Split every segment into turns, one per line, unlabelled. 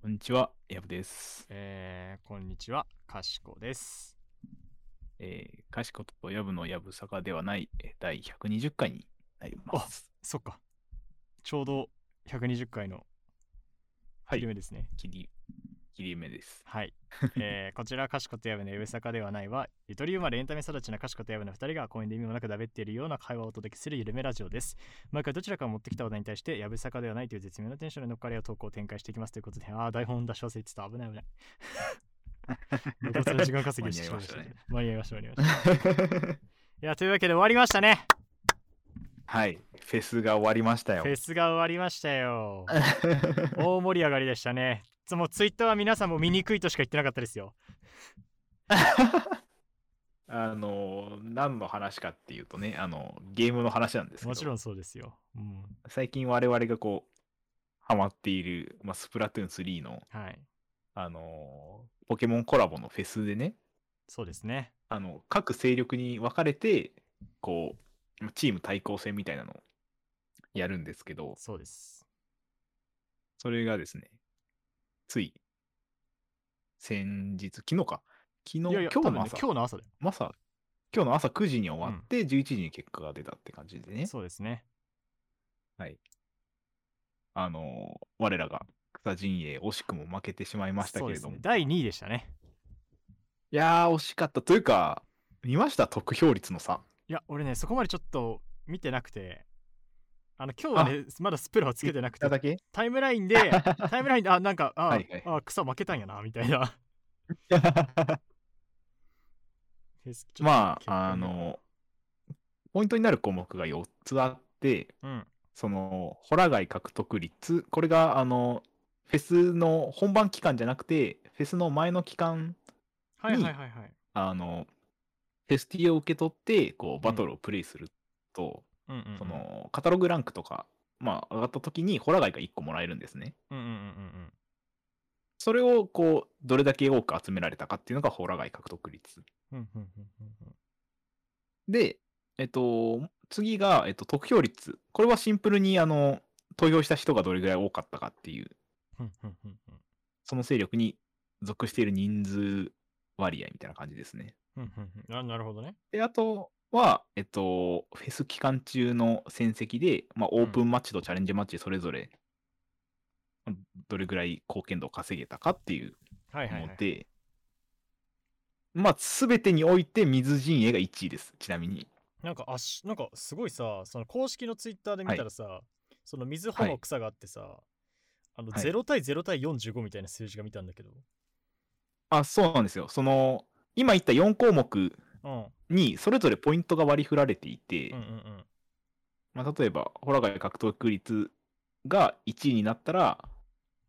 こんにちは、やぶです。
えー、こんにちは、かしこです。
えー、かしことやぶのやぶさかではない、えー第120回になります。
そっか。ちょうど120回の
はい
切れ目ですね。
切り、切り目 です。
はい。 えー、こちら、かしことやぶのやぶさかではないは、ゆとり生まれエンタメ育ちなかしことやぶの2人が公園で意味もなくだべっているような会話をお届けするゆるめラジオです。毎回どちらかが持ってきた話題に対して、やぶさかではないという絶妙なテンションで乗っかりを投稿を展開していきますということで、あー、台本出し忘れてた。危ない危 ない。無駄な時間稼ぎをしてしまいましたね。間に合いました、間に合いました。いや、というわけで終わりましたね。
はい、フェスが終わりましたよ
フ。ェスが終わりましたよ。大盛り上がりでしたね。つもうツイッターは皆さんも見にくいとしか言ってなかったですよ。
あのー、何の話かっていうとね、あのー、ゲームの話なんですけど、
もちろんそうですよ。うん。
最近我々がこう、ハマっている、まあ、スプラトゥーン3の、
はい。
あのー、ポケモンコラボのフェスでね、
そうですね。
あの、各勢力に分かれて、こう、まあチーム対抗戦みたいなのをやるんですけど、
そうです。
それがですね、つい、先日、昨日か。昨日、
いやい
今
や、
日
多分
の
ね
朝、
今日の朝だよ、
まさ今日の朝9時に終わって、11時に結果が出たって感じでね、
そうですね。
あのー我らが草陣営、惜しくも負けてしまいましたけれ
そ
ど
う
も。
ですね第2位でしたね。
いやー、惜しかった。というか、見ました得票率の差。
いや、俺ね、そこまでちょっと見てなくて、あの、今日はね、まだスプラをつけてなく
いた
て、
だけ
タイムラインで、タイムラインで、あ、なんか、あ、
はいはい
あ草負けたんやな、みたいな。
ま
結構ね
あ、あ、のーポイントになる項目が4つあって、
うん。
その、ホラガイ獲得率、これが、あの、フェスの本番期間じゃなくて、フェスの前の期間、
はいはいはいはい。
あの、フェスティを受け取って、こう、バトルをプレイすると、
うんうんうん、
その、カタログランクとか、まあ、上がった時に、ホラガイが1個もらえるんですね。
うんうんうんうん
それを、こう、どれだけ多く集められたかっていうのが、ホラガイ獲得率。
うん。うんうんうんうんうん
で、えっと、次が、えっと、得票率。これはシンプルに、あの、投票した人がどれぐらい多かったかっていう
うんうんうんうん
その勢力に属している人数割合みたいな感じですね。
うんうんうんあなるほどね。
で、あとは、えっと、フェス期間中の戦績で、まあ、オープンマッチとチャレンジマッチそれぞれ、まあどれぐらい貢献度を稼げたかっていう
はいはい、は
の
い。
で、まあ、すべてにおいて水陣営が1位です。ちなみに。
なんかあし、なんかすごいさ、その公式のツイッターで見たらさ、その水穂の草があってさ、あの
はい
0対0対45みたいな数字が見たんだけど。
あ、そうなんですよ。その、今言った4項目
うん。うん
にそれぞれポイントが割り振られていて、
うんうん。
まあ、例えば、ホラガイ獲得率が1位になったら、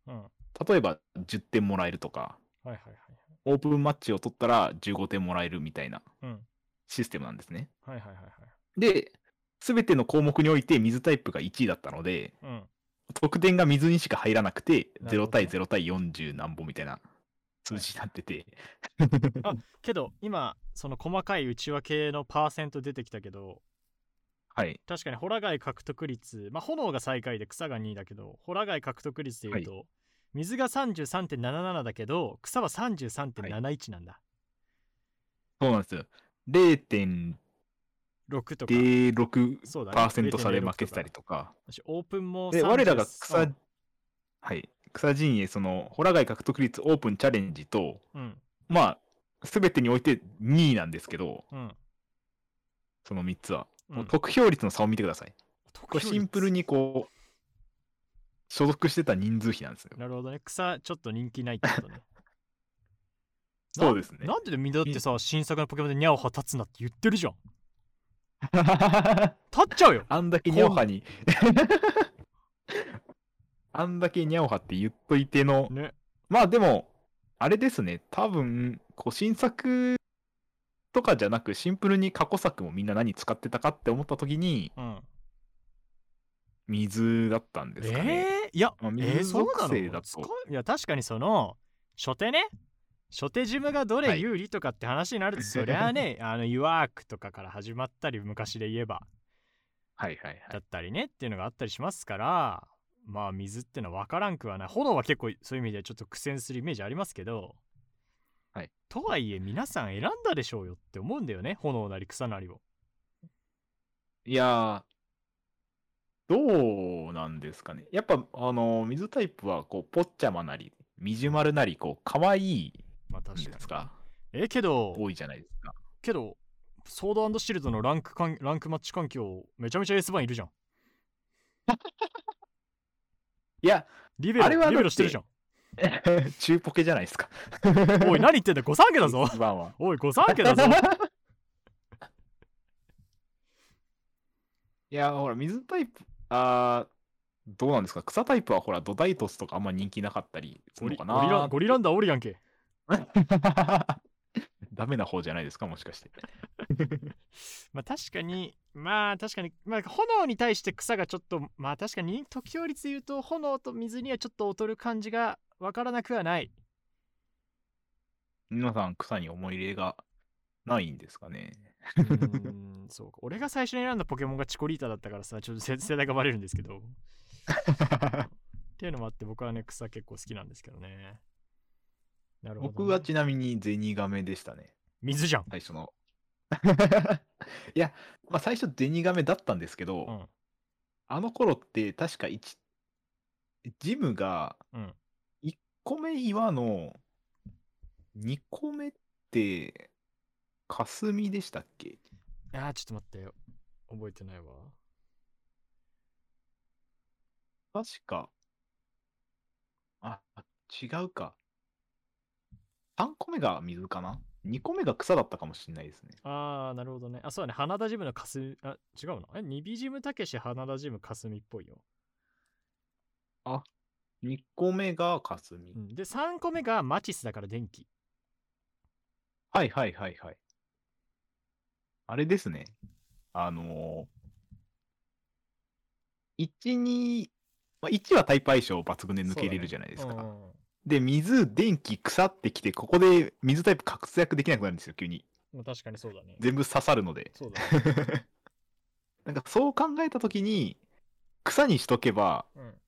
うん。はい
例えば10点もらえるとか、
はいはい。
オープンマッチを取ったら15点もらえるみたいな
うん。
システムなんですね。
はいはいはいはい。
で、すべての項目において水タイプが1位だったので、
うん。
得点が水にしか入らなくて、
なるほ
0
どね
対0対40何本みたいな数字になってて、
あけど、今、その細かい内訳のパーセント出てきたけど、
はい、
確かにホラガイ獲得率、まあ、炎が最下位で草が2位だけど、ホラガイ獲得率でいうと、水が33.77だけど、草は33.71なんだ。
そうなんですよ。0.06%
6とか。そうだね
差で負けてたりとか。
私オープンも
で、我らが
う
草
ん、
はい、草陣営、その、ホラガイ獲得率オープンチャレンジと、
うん、
まあ、すべてにおいて2位なんですけど、
うん。
その3つは。
うん
得票率の差を見てください。これシンプル
に。
にこう、所属してた人数比なんですよ。
なるほどね。草、ちょっと人気ないってこと ね。な
そうですね。
なんでみんなだってさ、新作のポケモンでニャオハ立つなって言ってるじゃん。立っちゃうよ。
あんだけニャオハに、 あんだけニャオハって言っといての、
ね。
まあでも、あれですね、多分、こう新作とかじゃなく、シンプルに過去作もみんな何使ってたかって思った時に、
うん。
水だったん
え
ですかね。
ー、いや、
まあ
えー、
水
そう
属
なの
性だと
使ういや、確かにその、初手ね。初手ジムがど
は
れ
い
有利とかって話になると、そりゃあね、あの、ユワークとかから始まったり、昔で言えば、
はいはいはい
だ。ったりねっていうのがあったりしますから、まあ水ってのは分からんくはない炎は結構そういう意味ではちょっと苦戦するイメージありますけど、
はい、
とはいえ皆さん選んだでしょうよって思うんだよね炎なり草なりを
いやー、どうなんですかね。やっぱ、あの、水タイプは、こう、ポッチャマなり、ミジュマルなり、こう、可愛い
まあ
ん
確か
で
に
すか。
えけど
多いじゃないですか。
けどソードシールドのランクかんランクマッチ環境めちゃめちゃ S バンいるじゃん
いや、
リベロ
あれはだって
リベロしてるじゃん
中ポケじゃないですか。
おい何言ってんだよ御三家だぞ
一番は。
おい御三家 だぞ
いや、ほら、水タイプ、あーどうなんですか草タイプはほら、ドダイトスとかあんま人気なかったりす
ゴ
る
リ
のか
ゴリラ
な
ンゴリランダーおるやんけ
ダメな方じゃないですかもしかして。
まあ確かにまあ確かに、まあ、炎に対して草がちょっとまあ確かに時折で言うと炎と水にはちょっと劣る感じがわからなくはない
皆さん、草に思い入れがないんですかね。
うーんそうか俺が最初に選んだポケモンがチコリータだったからさちょっと世世代がバレるんですけどっていうのもあって僕はね草結構好きなんですけどねなるほど ね、
僕はちなみにゼニガメでしたね。
水じゃん、
最初の。 いや、まあ、最初ゼニガメだったんですけど、
うん
あの頃って確か一ジムが
うん
1個目岩の2個目って霞でしたっけ
あーちょっと待ってよ覚えてないわ
確か。あ、あ違うか。3個目が水かな ?2 個目が草だったかもしれないですね。
あーなるほどねあそうだね花田ジムのかすあ違うのえニビジムたけし花田ジムかすみっぽいよ、
2個目が霞。
うん、で3個目がマチスだから電気
はいはいはいはい。あれですね。あのー、1、2、まあ、1はタイプ相性抜群で抜けれるじゃないですか。
そうだねうん
で、水、電気、腐ってきて、ここで水タイプ活躍できなくなるんですよ、急に。
まあ、確かにそうだね
全部刺さるので。
そうだ ね、
なんかそう考えたときに、草にしとけば、
うん、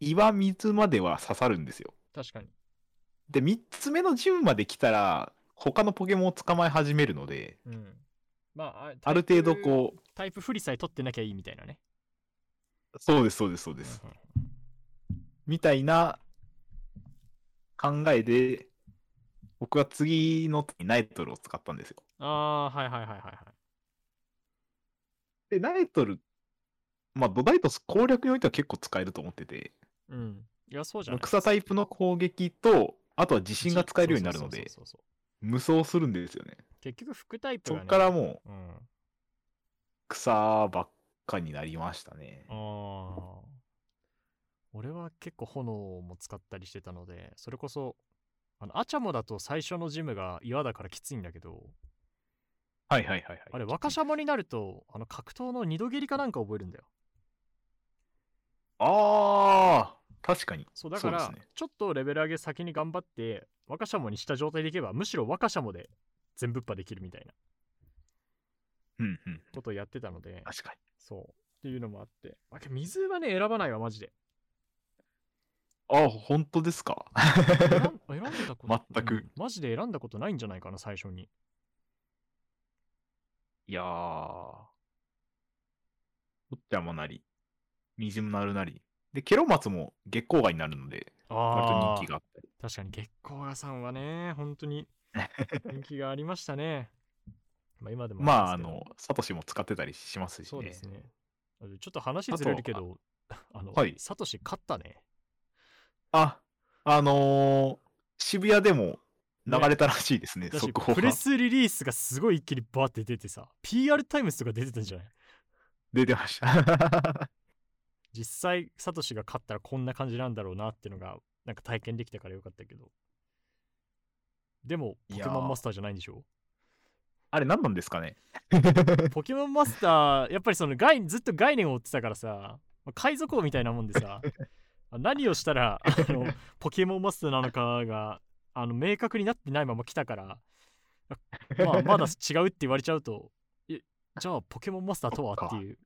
岩水までは刺さるんですよ。
確かに
で、3つ目のジムまで来たら、他のポケモンを捕まえ始めるので、
うんまああ
ある程度こう、
うタイプ不利さえ取ってなきゃいいみたいなね
そうです、そうです、そうです。みたいな考えで、僕は次の時にナイトルを使ったんですよ。
ああーはいはいはいはいはい
で、ナイトル、まあ、ドダイトス攻略においては結構使えると思ってて、
うんいやそうじゃない
草タイプの攻撃と、あとは地震が使えるようになるので、
そうそうそうそうそう
無双するんですよね。
結局副タイプ
そ
が、ね、
っからもう
うん
草ばっかになりましたね。
ああ。俺は結構炎も使ったりしてたので、それこそ、あの、アチャモだと最初のジムが岩だからきついんだけど、
はいはいはいはい。
あれ、若シャモになると、あの、格闘の二度蹴りかなんか覚えるんだよ。
ああ確かに。
そう、だから、
そうですね
ちょっとレベル上げ先に頑張って、若シャモにした状態でいけば、むしろ若シャモで全ぶっ破できるみたい
う
な
んうん。
ことをやってたので、
確かに。
そう。っていうのもあって。あけど水はね、選ばないわ、マ ジで。
ああ、本当ですか。
選ん選んだこと
全く
うんマジで選んだことないんじゃないかな、最初に。
いやー。おっちゃんもなり、みじむなるなり。で、ケロマツも月光貝になるので、割と
ああ
人気があったり。
確かに月光屋さんはね本 当に人気がありましたねまあ今でも
まあ、あ
りすけど
の、サトシも使ってたりしますしね。
そうですねちょっと話ずれるけど あの、
はい
サトシ勝ったね
あ、あのー渋谷でも流れたらしいです ね、
だし
速報
プ
が
レ。スリリースがすごい一気にバーって出てさ PR タイムズとか出てたんじゃない
出てました。
実際サトシが勝ったらこんな感じなんだろうなっていうのがなんか体験できたからよかったけどでも
い
ポケ
やー
モンマスターじゃないんでしょ
あれ何なんですか ね
ポケモンマスター、やっぱりその概ずっと概念を追ってたからさ、まあ海賊王みたいなもんでさ、あ何をしたらあのポケモンマスターなのかがあの明確になってないまま来たから、まあ、まだ違うって言われちゃうと、えじゃあポケモンマスターとは
そっ
っ
か
ていう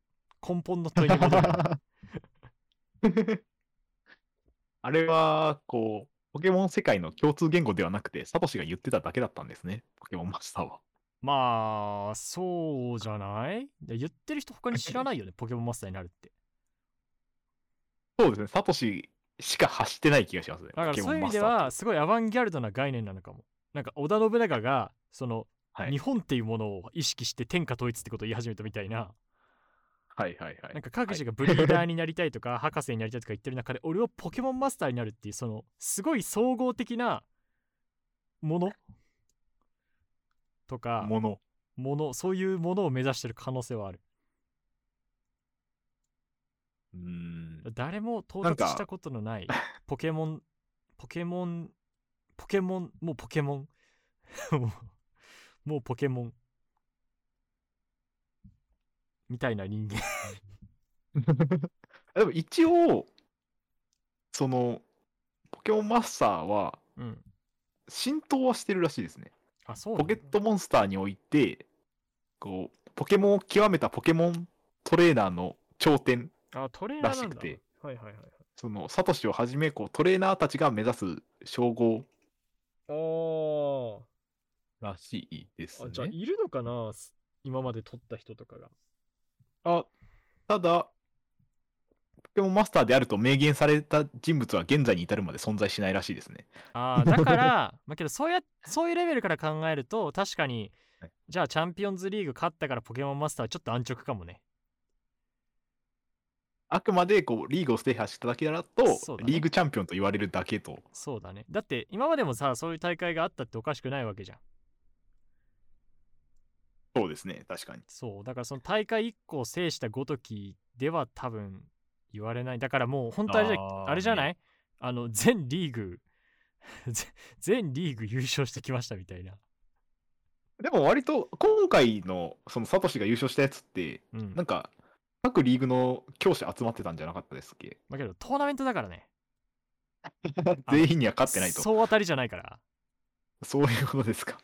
根本の問いに戻るよね。
あれは、こう、ポケモン世界の共通言語ではなくて、サトシが言ってただけだったんですね、ポケモンマスターは。
まあ、そうじゃないで言ってる人他に知らないよね、ポケモンマスターになるって。
そうですね、サトシしか発してない気がしますね。
だか
ポケ
ら
モ
そうい
ン
う意
マ
味
ス
で
ターって
は、すごいアバンギャルドな概念なのかも。なんか織田信長が、その、
はい
日本っていうものを意識して天下統一ってことを言い始めたみたいな、
はいはいはい。
なんか各自がブリーダーになりたいとか、博士になりたいとか言ってる中で、俺はポケモンマスターになるっていう、その、すごい総合的なものとか、
もの。
もの、そういうものを目指してる可能性はある。
うー ん。
誰も到
なん
達
か
したことのないポケモンポケモンポケモンもうポケモン もうもうポケモンみたいな人間
でも一応、その、ポケモンマスターは
うん
浸透はしてるらしいですね。
あそうな
ポ
ん
ケ
だ
ットモンスターにおいて、こう、ポケモンを極めたポケモントレーナーの頂点、
あトレーナーなんだ
らしくて
はいはいはいはい
その、サトシをはじめ、こう、トレーナーたちが目指す称号
お
らしいです
あじゃあいるのかなす今まで取った人とかが
あただ、ポケモンマスターであると明言された人物は現在に至るまで存在しないらしいですね。
あーだから まあけどそうやそういうレベルから考えると確かに
はい
じゃあチャンピオンズリーグ勝ったからポケモンマスターはちょっと安直かもね
あくまでこうリーグを制覇しただけだと
そうだね
リーグチャンピオンと言われるだけと。
そうだねだって今までもさそういう大会があったっておかしくないわけじゃん
そうですね、確かに。
そうだからその大会1個を制したごときでは多分言われないだからもう本当あれじゃ
あ
あ
ー
れじゃないあの全リーグ ぜ全リーグ優勝してきましたみたいな、
でも割と今回のそのサトシが優勝したやつって、
うん、
なんか各リーグの強者集まってたんじゃなかったですっけ
まあけどトーナメントだからね
全員には勝ってないと。そ
そう当たりじゃないから
ういうことです か。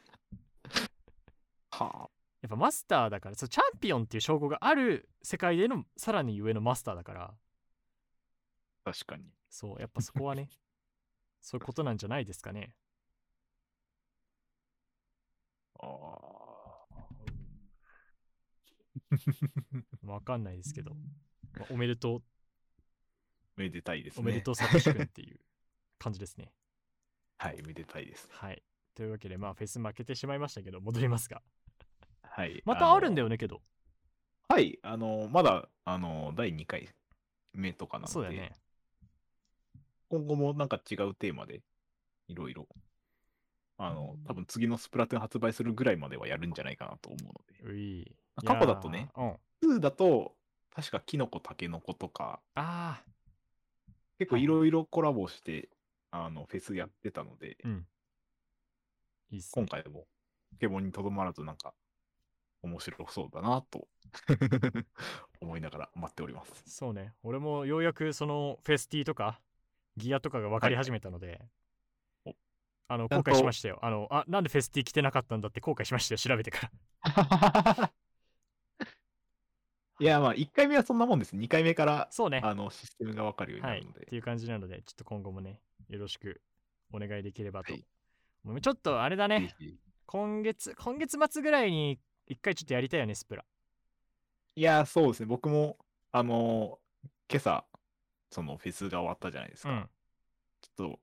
はあ。
やっぱマスターだからそうチャンピオンっていう称号がある世界でのさらに上のマスターだから
確かに。
そうやっぱそこは ねそういうことなんじゃないですかね
ああ。
わかんないですけど、まあおめでとう
めでたいですね。
おめでとうさとしくんっていう感じ ですね。
はい、めでたいです。
はい。というわけで、まあ、フェス負けてしまいましたけど、戻りますが。
はい。
またあるんだ
よ。
よね、けど。
はい、あの、まだ、あの、第2回目とかなので、
そうだよね。
今後もなんか違うテーマで、いろいろ、あの、多分次のスプラトゥーン発売するぐらいまではやるんじゃないかなと思うので。
うい。
過去だとね
いやー。うん。
2だと、確かキノコ、タケノコとか、
ああ、
結構いろいろコラボして、あの、フェスやってたので、
うん。いいっす
今
ね。
回も、ポケモンにとどまらずなんか、面白そうだなと 思いながら待っております。
そうね。俺もようやくそのフェスティとかギアとかが分かり始めたので、
お
あの
ちゃ
後
んと
悔しましたよ。あの、あ、なんでフェスティ着てなかったんだって後悔しましたよ。調べてから。
いや、まあ、1回目はそんなもんです。2回目から、
そうね。
あの、システムがわかるようにな
はい。
るの
っ
で。
ていう感じなので、ちょっと今後もね、よろしくお願いできればと。
はい
もうちょっとあれだね
ぜ、ひ
今月、今月末ぐらいに一回ちょっとやりたいよね、スプラ。
いや、そうですね。僕も、あのー今朝、そのフェスが終わったじゃないですか。
うん。
ちょっと、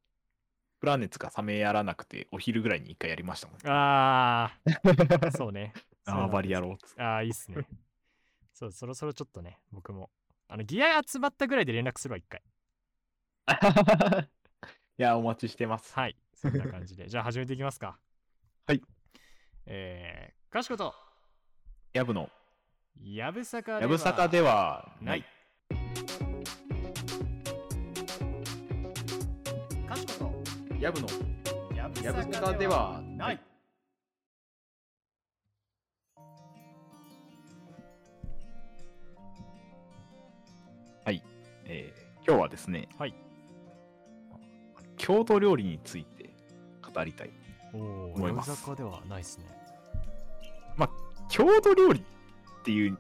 プラネッツが冷めやらなくて、お昼ぐらいに1回やりました もん。
あ あ、そうね。
ああ、バリや
ろ。
ろうっ つって。
ああ、いいっすね。 そう、そろそろちょっとね、僕も。あの、ギア集まったぐらいで連絡するわ、一回。
いや、お待ちしてます。
はい。そんな感 じで。じゃあ始めていきますか。
はい。
えー、かしこと、
やぶの、
やぶさか
やぶさかでは
な
ないい。
かしこ
やぶの、
と、やぶ
やぶさかでは
な
ないい。えー今日はですね、
はい
郷土料理について語りたい。
おお、
思
や
い
ぶ
ます
さかではないっすね。
郷土料理っていう、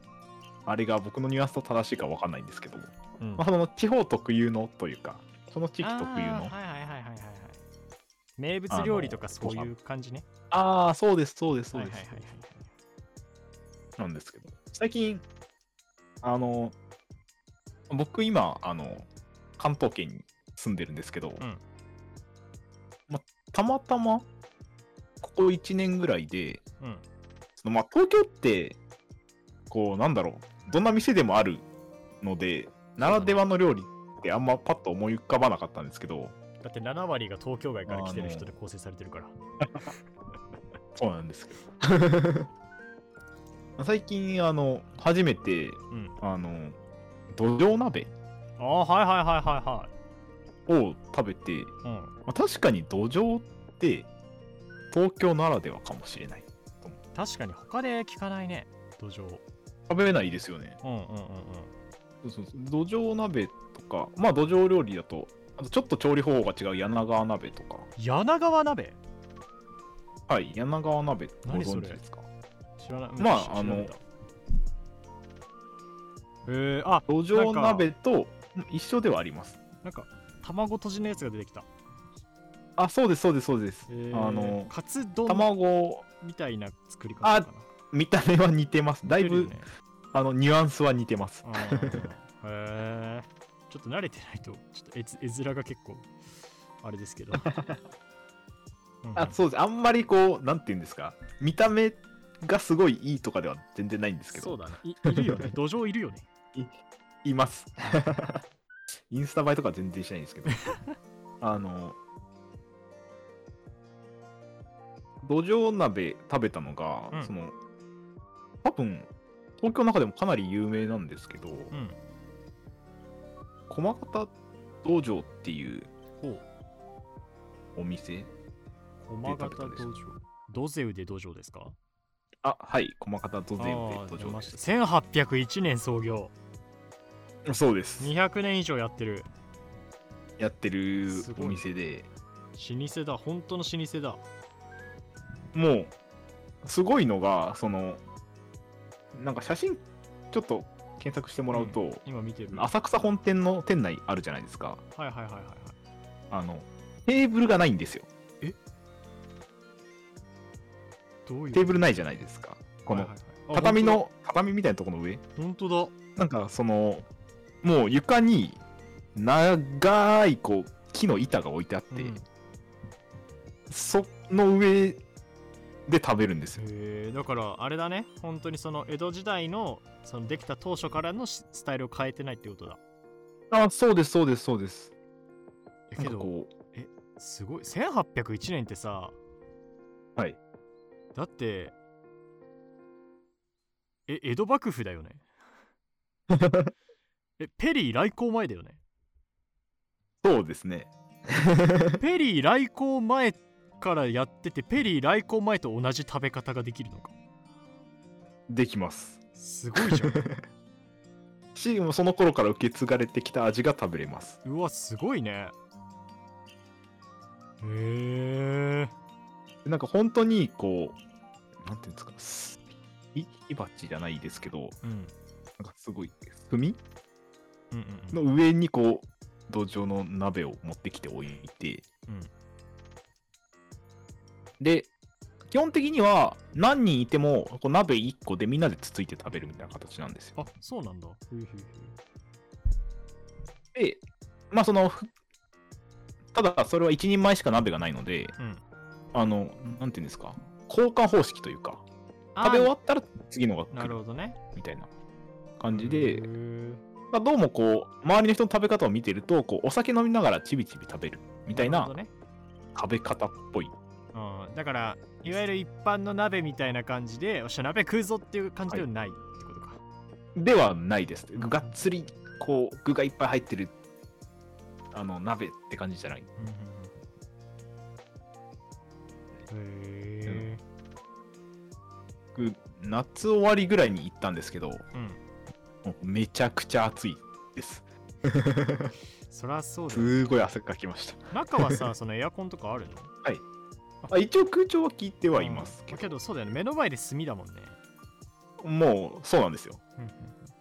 あれが僕のニュアンスと正しいかわかんないんですけども、
うん
まあ、その地方特有のというか、その地域特有
あー
の。
はいはいはいはいはいはい名物料理とかそういう感じね
ああ、そうです、そうです、そ
は
う
いは
で
い
す。
はいはい
なんですけど、最近、あの、僕今、あの、関東圏に住んでるんですけど、
ん
まあ、たまたま、ここ1年ぐらいで、
うん
そのまあ、東京って、こう、なんだろう、どんな店でもあるので、ならではの料理ってあんまパッと思い浮かばなかったんですけど、
だって7割が東京外から来てる人で構成されてるから
そうなんですけ ど。最近、あの、初めて、
うん
あの、土壌鍋
ああはいはいはいはいは
を食べて、
いうん
まあ、確かに土壌って東京ならではかもしれない。
確かに他で聞かないね土壌
食べないですよね。
うんうんうんうん
そうそうそう土壌鍋とか、まあ土壌料理だと、あとちょっと調理方法が違う柳川鍋とか、
柳川鍋
はい、柳川鍋ってご
何それ
存知ですか
知らない
まあ
うん調べた
あの
えー、あ
土壌鍋と一緒ではあります。
なんか卵とじのやつが出てきた、
あ、そうです、そうです、そうです。
えー、
あの、
カツ丼
卵、
みたいな作り方
あ
かな
見た目は似てます。だいぶ、
似てるよね
あの、ニュアンスは似てます。
あーへえちょっと慣れてないとちょっと絵つ絵面が結構あれで すけどうんうん
あそうです。あんまりこう、なんて言うんですか、見た目がすごいいいとかでは全然ないんですけど、
そうだねいいるよね 土壌いるよね
います。 インスタ映えとか全然しないんですけど。 あの、土壌鍋食べたのが、
うん
その、多分、東京の中でもかなり有名なんですけど、
うん
駒形道場っていう
ほう
お店、
駒形道
データベース
場ドゼウで道場ですか
あ、はい、駒形道
あ
場
ー
って道
出
場
ま
で
し
す。
た1801年創業
そうです。
200年以上やってる
やってる
すごい
お店で、
老舗だ本当の老舗だ
もう、すごいのが、その、なんか写真、ちょっと検索してもらうと、
今見てるはい
浅草本店の店内あるじゃないですか。
はいはいはいはい
あの、テーブルがないんですよ。
どういう
テーブルないじゃないですか。この
はい、はいはいあ
畳の、畳みたいなところの上。
本当だ本
なんか、その、もう床に、長い、こう、木の板が置いてあっ
当
て、
だ、うんへ
その上で食べるんですよ。
えだからあれだね本当にその江戸時代のそのできた当初からのしスタイルを変えてないってことだ
あ、そうです、そうです、そうです。
え
な
け
んか
ど
こ
すごい1801年ってさ
う、はい。
だってえ江戸幕府だよねえペリー来航前 だよね
そう ですね。
ペリー来航前からやっててペリー来航前と同じ食べ方ができるのか
できます。
すごいじゃん
し、もうその頃から受け継がれてきた味が食べれます。
うわすごいねへえ
なんか本当にこう、なんていうんですか、す火火鉢じゃないですけど、
うん
なんかすごい、炭
うんうん
の上にこう、土壌の鍋を持ってきておいて、
うん
で、基本的には何人いてもこう鍋1個でみんなでつついて食べるみたいな形なんですよ。
あそうなんだふいふい
で、まあその、ふただそれは1人前しか鍋がないので、
ふいうん
あの、なんていうんですか、交換方式というか、
あ
食べ終わったら次のが
な
来
る
る
ほどね
みたいな感じで、
へー
まあ、どうもこう周りの人の食べ方を見てるとこうお酒飲みながらちびちび食べるみたい
る
な
ほどね
食べ方っぽい、
うん、だからいわゆる一般の鍋みたいな感じでおっしゃ鍋食うぞっていう感じではないってことか、
ではないですがっつりこう具がいっぱい入ってるあの鍋って感じじゃない
へえ
ぐ夏終わりぐらいに行ったんですけども
うん
うめちゃくちゃ暑いです
そりゃそうだよ
すごい汗かきました
中はさ そのエアコンとかあるの
あ一応空調は効いてはいます
うん
け
け
ど、
どそうだよね目の前で炭だもんね
もうそうなんですよ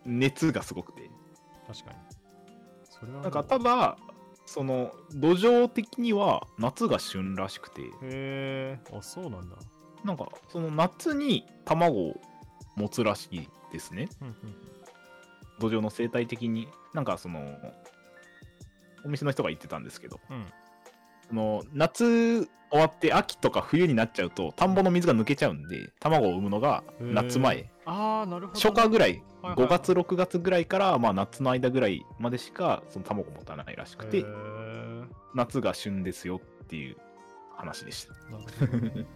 熱がすごくて
確かにそれはもう
なんかただ、その土壌的には夏が旬らしくて、
へえあそうなんだ
なんかその夏に卵を持つらしいですね。
うんうん
土壌の生態的になんかそのお店の人が言ってたんですけど
うん
その夏終わって秋とか冬になっちゃうと田んぼの水が抜けちゃうんで卵を産むのが夏
へ
前
えああなるほどね、
初夏ぐらい
はいはい
5月6月ぐらいからまあ夏の間ぐらいまでしかその卵持たないらしく
へ
て
え
夏が旬ですよっていう話でした
なるほどね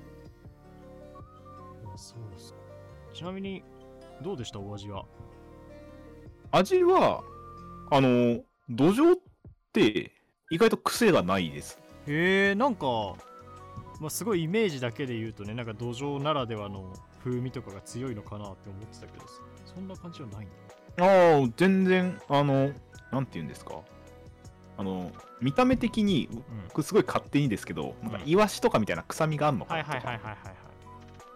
あそうですかちなみにどうでしたお味は
味はあの土壌って意外と癖がないです
へえなんか、まあ、すごいイメージだけで言うとねなんか土壌ならではの風味とかが強いのかなって思ってたけどそんな感じはないんだ
ああ、全然、あの、なんて言うんですか。あの、見た目的に、
うん
僕すごい勝手にですけど、なんか
うん
イワシとかみたいな臭みがあるのか
はい
なと
はいはいはい
か、
はいは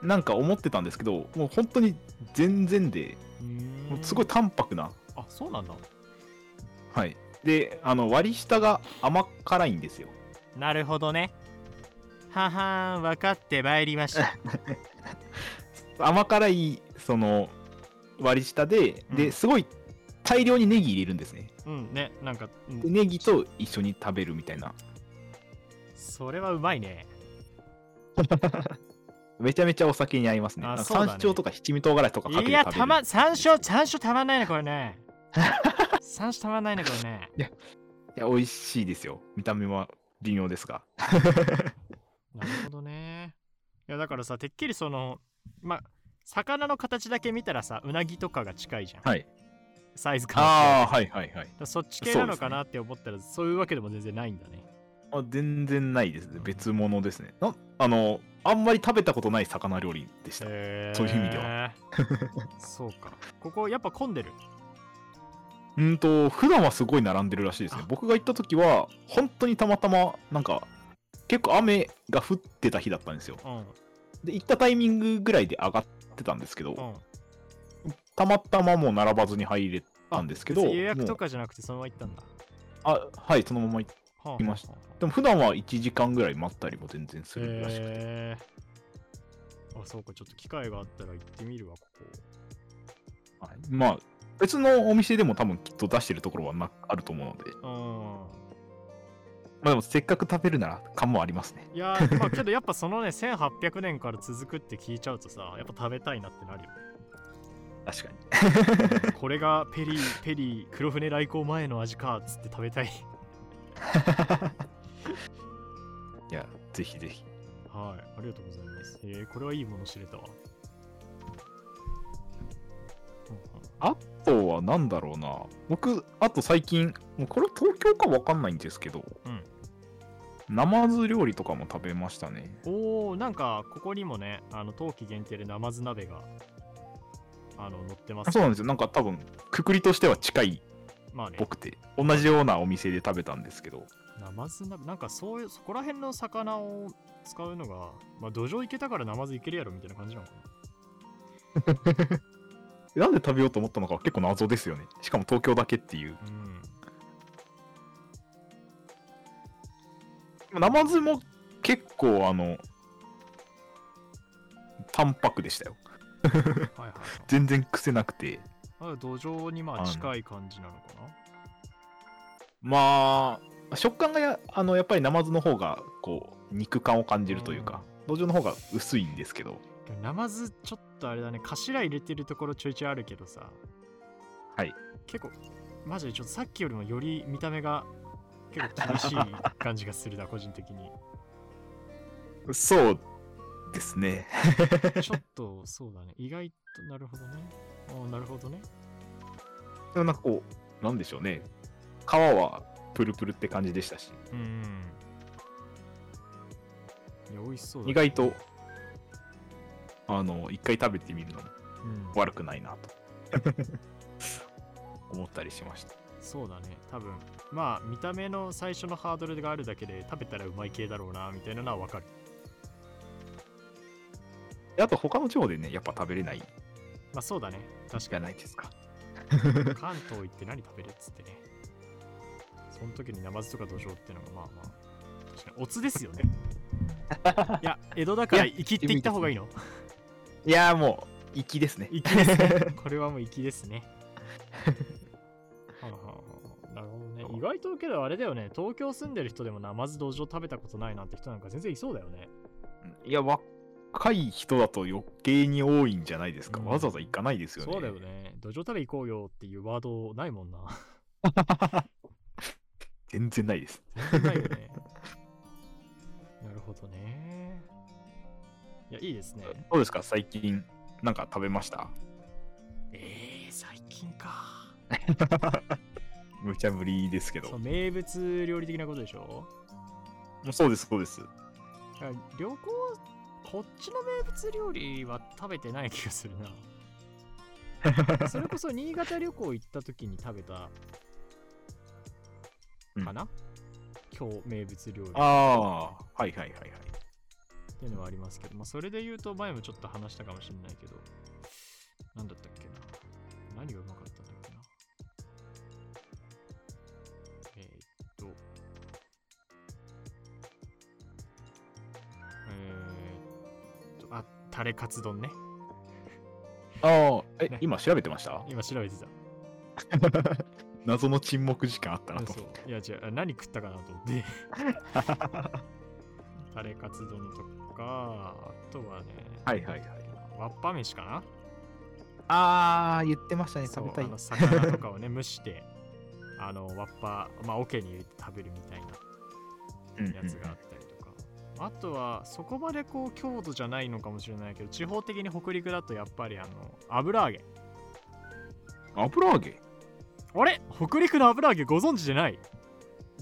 い
なんか思ってたんですけど、もう本当に全然で、
うーん
もうすごい淡白な。
あそうなんだ
はい。で、あの、割り下が甘辛いんですよ。
なるほどねははん分かってまいりました
甘辛い、その、割り下で、
う
で、
ん
すごい大量にネギ入れるんですね。
うんねなんか、うん
でネギと一緒に食べるみたいな。
それはうまいね
めちゃめちゃお酒に合いますね。
あ
なんか
そうだね
山椒とか七味唐辛子とかかけ
い
て
や
食べ
た
る
ま山椒山椒たまんないねこれね 山椒たまんないねこれね
いや、美味しいですよ。見た目は微妙ですが。
なるほどね。いやだからさ、てっきりその、まあ、魚の形だけ見たらさ、うなぎとかが近いじゃん。
はい。
サイズ感
あ
だ
あ、はいはいはい。
からそっち系なのかなって思ったら、そういうわけでも全然ないんだね。
あ全然ないですね。別物ですね。なあの、あんまり食べたことない魚料理でした。
へー
そういう意味で。
そうか。ここやっぱ混んでる。
うんと、普段はすごい並んでるらしいですね
あ。
僕が行った時は、本当にたまたま、なんか、結構雨が降ってた日だったんですよ。
うん。うん。
で、行ったタイミングぐらいで上がってたんですけど、たまたまもう並ばずに入れたんですけど、
別に予約と
もう
かじゃなくてそのまま行ったんだ。
あはい、そのまま行って。
はあ
いました
はあはあ
でも普段は1時間ぐらい待ったりも全然するらしくて。
へーあ、そうか。ちょっと機会があったら行ってみるわ、ここ。
はい、まあ別のお店でも多分きっと出してるところはなあると思うので、
うん。
まあ、でもせっかく食べるなら感もありますね
いやーまあけどやっぱそのね1800年から続くって聞いちゃうとさやっぱ食べたいなってなるよね
確かに
これがペリーペリー黒船来航前の味かっつって食べたい
いやぜひぜひ
はいありがとうございますえー、これはいいもの知れたわ
あとは何だろうな僕あと最近もうこれ東京かわかんないんですけど、
うん
ナマズ料理とかも食べましたね
おーなんかここにもねあの冬季限定でナマズ鍋があの載ってま
あ
す
そうなんですよなんか多分くくりとしては近い
まあね
っぽくて同じようなお店で食べたんですけど
ナマズ鍋なんかそういうそこら辺の魚を使うのがまあ土壌いけたからナマズいけるやろみたいな感じなのかな
なんで食べようと思ったのかは結構謎ですよねしかも東京だけっていう
うん
ナマズも結構あの、淡白でしたよ。
はいはい、はい
全然癖なくて。
まだ土壌にま
あ
あ
の
近い感じなのか
まあ、食感がや、あの、やっぱりナマズの方が、こう、肉感を感じるというか、土壌の方が薄いんですけど、
なナマズちょっとあれだね頭入れてるところちょいちょいあるけどさ
はい
結構マジでちょっとさっきよりもより見た目が結構厳しい感じがする な個人的に
そうですね。
ちょっとそうだね意外となるほどねおーなるほどね
でもなんかこう、なんでしょうね。皮はプルプルって感じでしたし、
うんいや美味しそうだね
意外と、あの、一回食べてみるのも
うん
悪くないな と、思ったりしました。
そうだね多分まあ見た目の最初のハードルがあるだけで食べたらうまい系だろうなみたいなのはわかる
であと、他の地方でね、やっぱ食べれない
まあそうだね確かに
じゃないですか。
関東行って何食べるっつってね。その時にナマズとか土壌っていうのがまあまあ確かにおつですよねいや江戸だから
いや
生きっていった方がいいの
いやーもう、粋ですね。
粋ですねこれはもう粋ですねはあはあはあなるほどね意外とけどあれだよね東京住んでる人でもナマズ土壌食べたことないなんて人なんか全然いそうだよね
いや、若い人だと余計に多いんじゃないですか。
うん
わざわざ行かないですよね。
そうだよね土壌食べ行こうよっていうワードないもんな
全然ないです。
全然ないよねなるほどねいやいいですね
どうですか最近、なんか食べました
えー、最近か
無茶ぶりですけど。
そ
そう
名物料理的なことでしょ
うそうです、そうです。
だから旅行こっちの名物料理は食べてない気がするなそれこそ新潟旅行行った時に食べたかな、今日名物料理
ああ、はいはいはいはい。
っていうのはありますけど、まあ、それで言うと前もちょっと話したかもしれないけど、なんだったっけな何がうまかったんだっけなえー、っと、えー、っと、あ、タレカツ丼ね。
ああ、え、
ね
今調べてました
今調べてた。
謎の沈黙時間あったなと
そう。いや違う、あ何食ったかなと 思って。タレカツ丼とか、あとはね、
はいはいはい。
わっぱ飯かな
ああ、言ってましたね、
そう
食べたい
あ。の魚とかをね蒸して あのわっぱ、まあ、桶に入れて食べるみたいな
うん
やつがあったりとか、あとはそこまでこう強度じゃないのかもしれないけど地方的に北陸だとやっぱりあの油揚げ
うん油揚げ
あれ北陸の油揚げご存知じゃない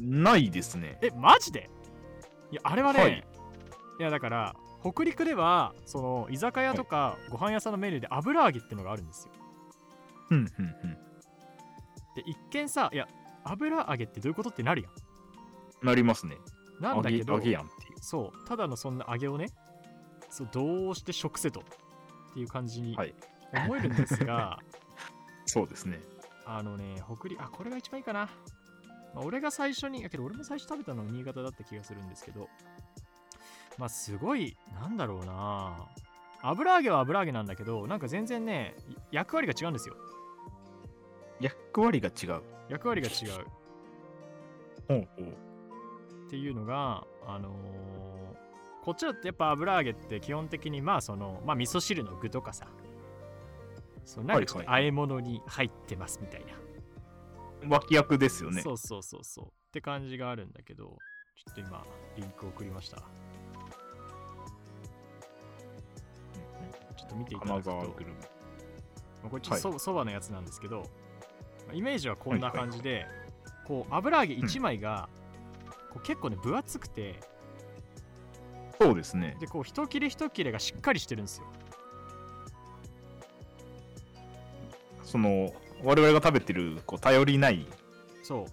ないですね。
えマジでいやあれはね、
はい
い、やだから北陸ではその居酒屋とかご飯屋さんのメニューで油揚げってのがあるんですよ
うんうんうん。
で一見さいや油揚げってどういうことってなるやん
なりますね。
なんだけど
揚げ揚げやんっていう。
そうただのそんな揚げをねそうどうして食せとっていう感じに
はい
思えるんですが、
そうですね。
あのね北陸あこれが一番いいかな、まあ俺が最初にやけど俺も最初食べたのは新潟だった気がするんですけどまあすごいなんだろうな油揚げは油揚げなんだけどなんか全然ね役割が違うんですよ
役割が違う。
役割が違う
ほうほう。
っていうのがあのーこっちだってやっぱ油揚げって基本的にまあそのまあ味噌汁の具とかさそうなんかちょっと
は
和
いは
え物に入ってますみたいな、
脇役ですよね。
そうそうそうそうって感じがあるんだけどちょっと今リンク送りましたちょっと見ていただ
金
くと、ま
沢グルメ。
あ、これちょっとそ,、
は
そばのやつなんですけどまあイメージはこんな感じで、こう油揚げ1枚が、こう結構ね分厚くて
そうですね。
でこう一切れ一切れがしっかりしてるんですよ
その、我々が食べてる、こう、頼りない
そう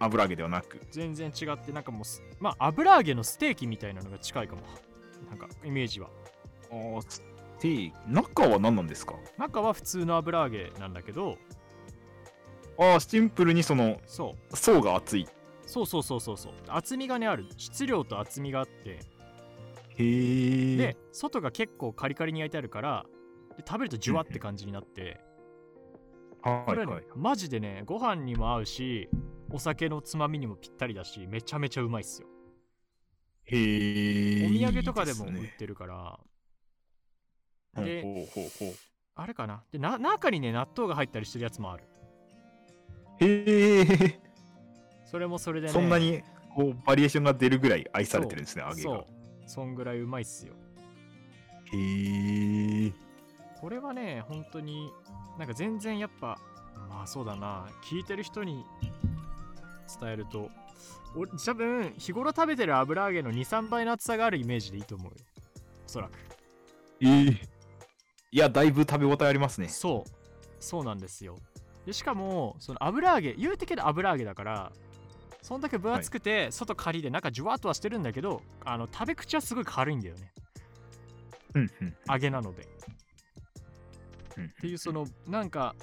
油揚げではなく。
全然違ってなんかもうすまあ油揚げのステーキみたいなのが近いかもなんかイメージは
ああ、ステーキ中は何なんですか
中は普通の油揚げなんだけど
ああ、シンプルにその、
そう
層が厚い。
そうそうそうそうそう厚みがねある質量と厚みがあっ
へ
て
え。
で外が結構カリカリに焼いてあるからで食べるとジュワって感じになって
は
こ
い
れね
はい。
マジでねご飯にも合うしお酒のつまみにもぴったりだしめちゃめちゃうまいっすよ
へえ。
お土産とかでも
いい
売
す
っ
ね
てるからで
ほうほうほうほ
あれかなでな中にね納豆が入ったりしてるやつもある
う。へえ。
それもそれでね
そんなにこうバリエーションが出るぐらい愛されてるんですね、揚げ
そ
が
う。そんぐらいうまいっすよ
へえ。
これはね本当になんか全然やっぱまあそうだな聞いてる人に伝えると俺多分日頃食べてる油揚げの23倍の厚さがあるイメージでいいと思うよおそらく
えーいや、だいぶ食べ応えありますね。
そうそうなんですよでしかもその油揚げ言うてけど油揚げだからそんだけ分厚くて、外カリで中ジュワっとはしてるんだけどあの食べ口はすごい軽いんだよね
うんうん。
揚げなので
うん
っていうそのなんか